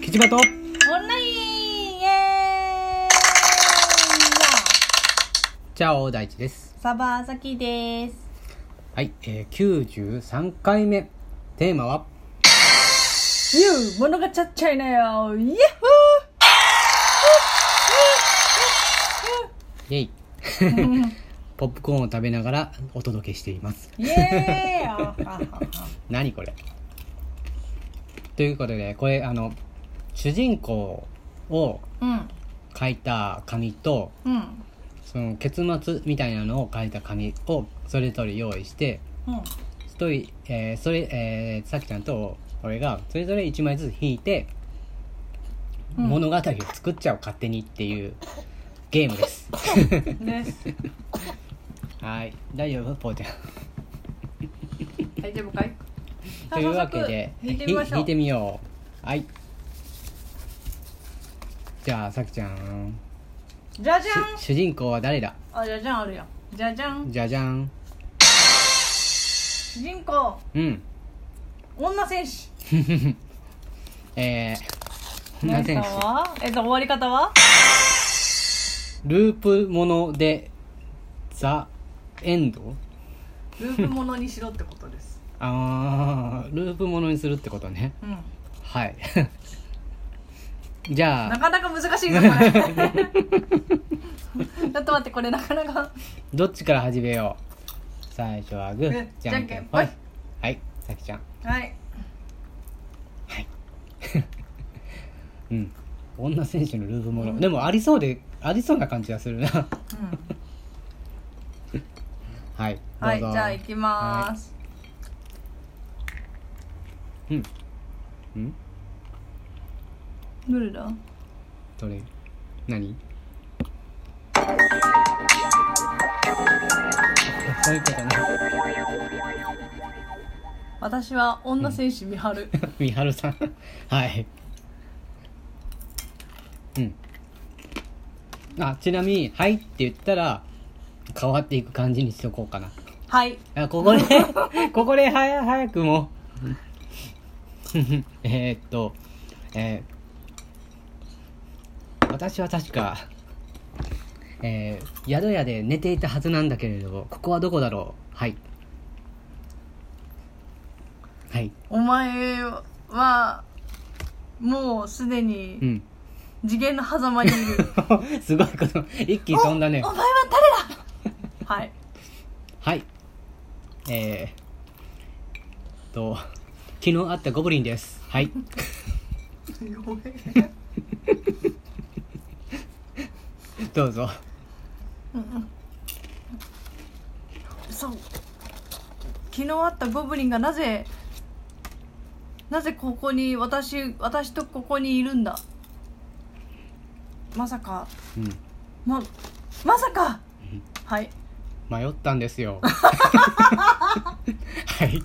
一番とオンラインイエーイチャオ大地ですサバーサキですはい、えー、93回目テーマは YOU 物がちゃっちゃいなよイエッホイーェ イポップコーンを食べながらお届けしていますイエーイあははは何これということでこれあの主人公をうん書いた紙とうんその結末みたいなのを書いた紙をそれぞれ用意してうん一人、えーそれ、えーさきちゃんと俺がそれぞれ1枚ずつ引いて、うん物語を作っちゃおう勝手にっていうゲームですですはい大丈夫ぽーちゃん大丈夫かいというわけで引いてみましひょう引いてみようはいじゃあさきちゃんじゃじゃんし主人公は誰だあじゃじゃんあるよじゃじゃんじゃじゃん主人公うん 女戦士えー、な何ぜさんはえっと終わり方はループものでザ・エンドループものにしろってことですあーループものにするってことねうんはい じゃなあかなか難しいぞ これちょっと待ってこれなかなかどっちから始めよう最初はグーえじゃんけじゃんんけんぽいぽいはいさきちゃんはいうん女選手のループもの、でもありそうでありそうな感じがするなうん はいどうぞはいじゃあ行きまーすうんうんどれだどれ何そういうことね私は女戦士美晴 みはるさんはいうんあちなみに「はい」って言ったら変わっていく感じにしとこうかなはいあここでここで早早くも えーっとえー私は確かえー宿屋で寝ていたはずなんだけれどもここはどこだろうはいはいお前はもうすでうにん次元の狭間にいるすごいこと一気に 飛んだねお前は 誰だはいはいえー、っと昨日会ったゴブリンですはいどうぞそう昨日会ったゴブリンがなぜなぜここに私私とここにいるんだまさかうんままさかはい迷ったんです よはい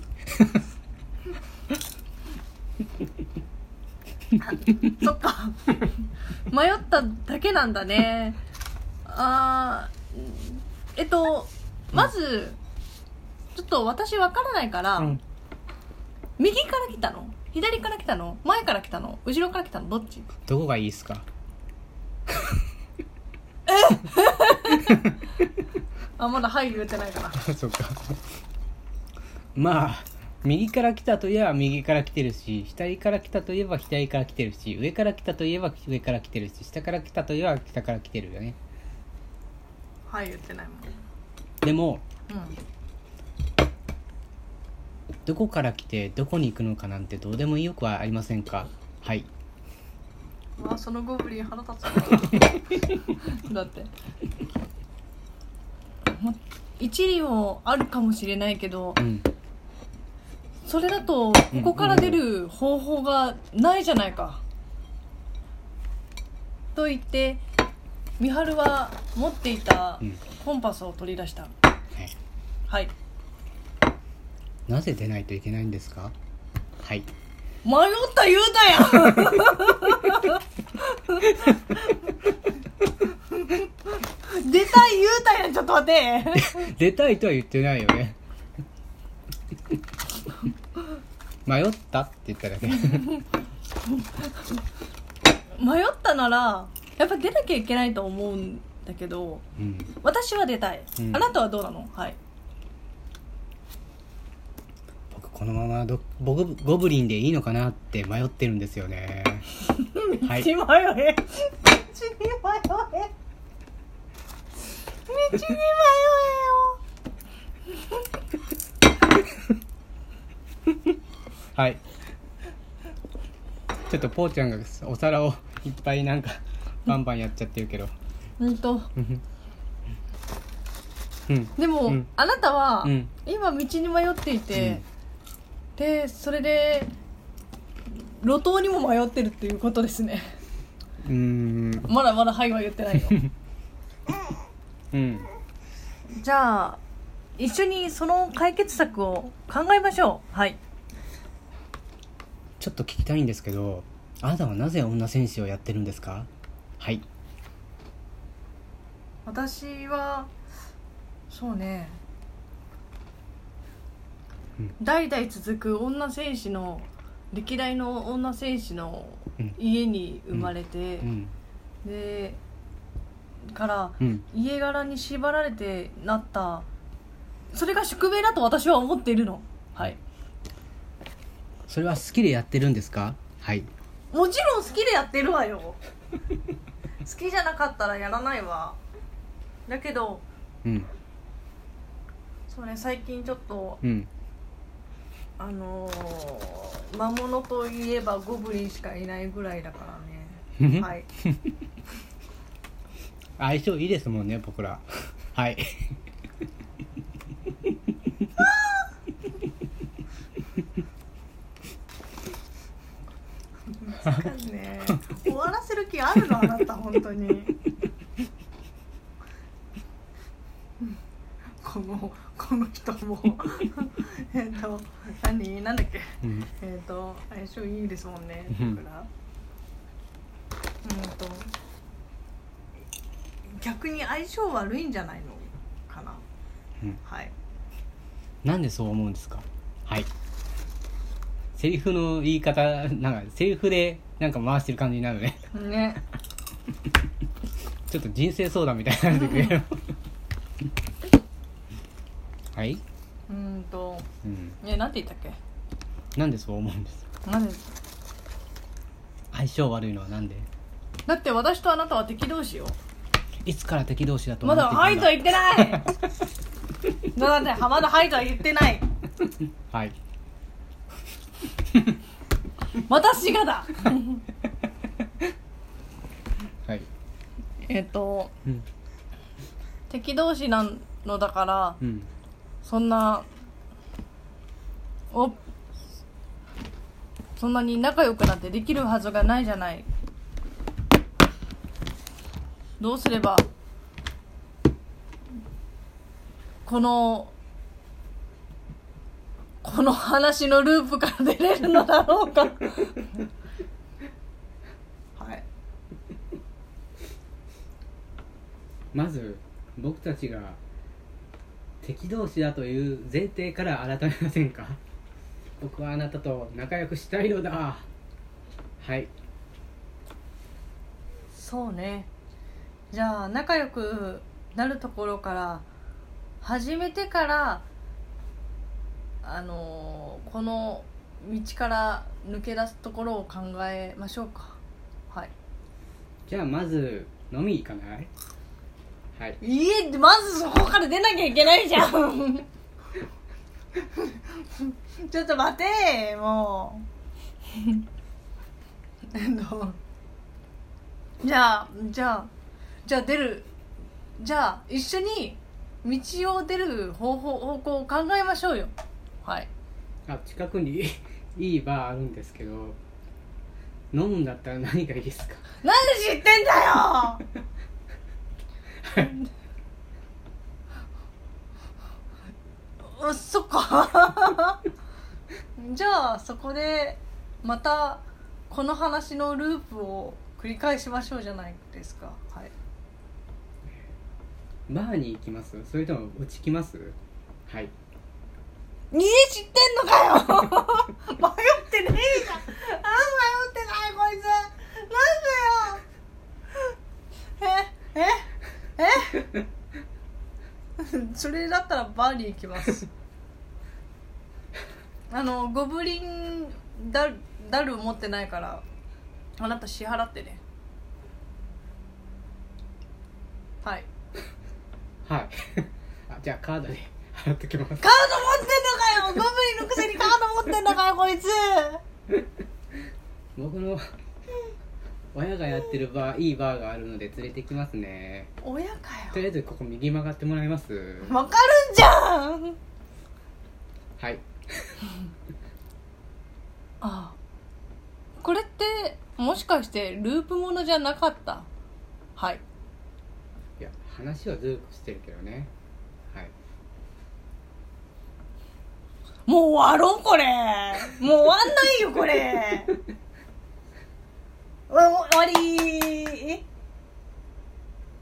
そっか 迷っただけなんだねあーえっとまずちょっと私わからないから、うん右から来たの左から来たの前から来たの後ろから来たのどっちどこがいいですかあまだ「はい」言ってないからあ そっかまあ右から来たといえば右から来てるし左から来たといえば左から来てるし上から来たといえば上から来てるし下から来たといえば下から来てるよね「はい」言ってないもんでもうんどこから来てどこに行くのかなんてどうでもよくはありませんかはいあそのゴブリン腹立つ だっても一里もあるかもしれないけどうんそれだとここから出る方法がないじゃないか、と言って美晴は持っていたうんコンパスを取り出したはいはいなぜ出ないといけないんですかはい迷った言うたやん出たい言うたやんちょっと待て出たいとは言ってないよ ね迷ったって言っただけ迷ったならやっぱ出なきゃいけないと思うんだけどうん私は出たい、うんあなたはどうなのはい僕このままど僕ゴブリンでいいのかなって迷ってるんですよねはい道迷え道に迷え道に迷えよ はいちょっとぽーちゃんがお皿をいっぱいなんかバンバンやっちゃってるけどうんとうんうんでも、うんあなたは、うん今道に迷っていて、でそれで路頭にも迷ってるっていうことです ねうーんまだまだはいは言ってないよ うんじゃあ一緒にその解決策を考えましょうはいちょっと聞きたいんですけどあなたはなぜ女戦士をやってるんですかはい私はそうね、うん代々続く女戦士の歴代の女戦士のうん家に生まれてう、んでからうん家柄に縛られてなったそれが宿命だと私は思っているのはいそれは好きでやってるんですかはいもちろん好きでやってるわよ好きじゃなかったらやらないわだけどうんそうね最近ちょっとうんあのー、魔物といえばゴブリンしかいないぐらいだからねはい相性いいですもんね僕らはいね終わらせる気あるのあなた本当にこのこの人もえっと何なんだっけうんえっ、と相性いいですもんねうん僕らうんと逆に相性悪いんじゃないのかな、うんはいなんでそう思うんですかはいセリフの言い方なんかセリフでなんか回してる感じになるね ねちょっと人生相談みたいになってくれる はい、うーんとうん、えなんて言ったっけなんでそう思うんですかなんで相性悪いのはなんでだって私とあなたは敵同士よいつから敵同士だと思まっていただんだはいとは言ってないまだまだはいとは言ってないはい私がだはいえっとうん敵同士なのだからうんそんなおそんなに仲良くなんてできるはずがないじゃないどうすればこのこの話のループから出れるのだろうかはいまず僕たちが敵同士だという前提から改めませんか僕はあなたと仲良くしたいのだはいそうねじゃあ仲良くなるところから始めてからあのーこの道から抜け出すところを考えましょうかはいじゃあまず飲み行かないはいいえまずそこから出なきゃいけないじゃんちょっと待てもう えっとじゃあじゃあじゃあ出るじゃあ一緒に道を出る方法方向を考えましょうよはいあ近くに いいバーあるんですけど飲むんだったら何がいいですかなんで知ってんだようっ そっ かじゃあそこでまたこの話のループを繰り返しましょうじゃないですかはいバーに行きますそれともうち来ますはい家知ってんのか よ迷ってねえじゃんあん迷ってないこいつなんだよ バーに行きますあのゴブリンダルダル持ってないからあなた支払ってねはいはい あじゃあカードで払っときますカード持ってんのかよゴブリンのくせにカード持ってんのかよこいつ僕の 親がやってるバーいいバーがあるので連れてきますね親かとよりあえずここ右曲がってもらいますわかるんじゃんはいああこれってもしかしてループものじゃなかったはいいや話はずるくしてるけどねはいもう終わろうこれもう終わんないよこれお終わり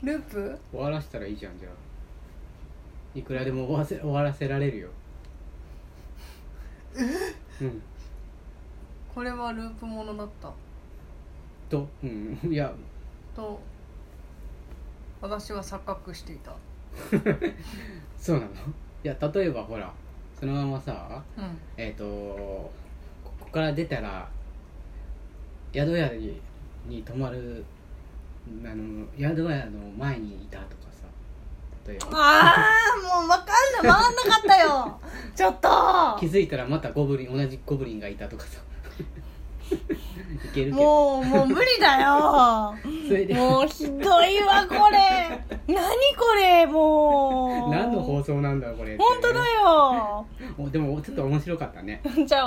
ループ終わらせたらいいじゃんじゃあいくらでも終わせ終わらせられるようんこれはループものだったとうんいやと私は錯覚していたそうなのいや例えばほらそのままさうんえっ、とここから出たら宿屋にに泊まるあの宿屋の前にいたとかさ例えばああもう分かんない回んなかったよ ちょっ気とづいたらまたゴブリン同じゴブリンがいたとか さいけるけどもうもう無理だよ それでもうひどいわ これ何これもう何の放送なんだろうこれ本当だよおでもちょっと面白かったねじゃあ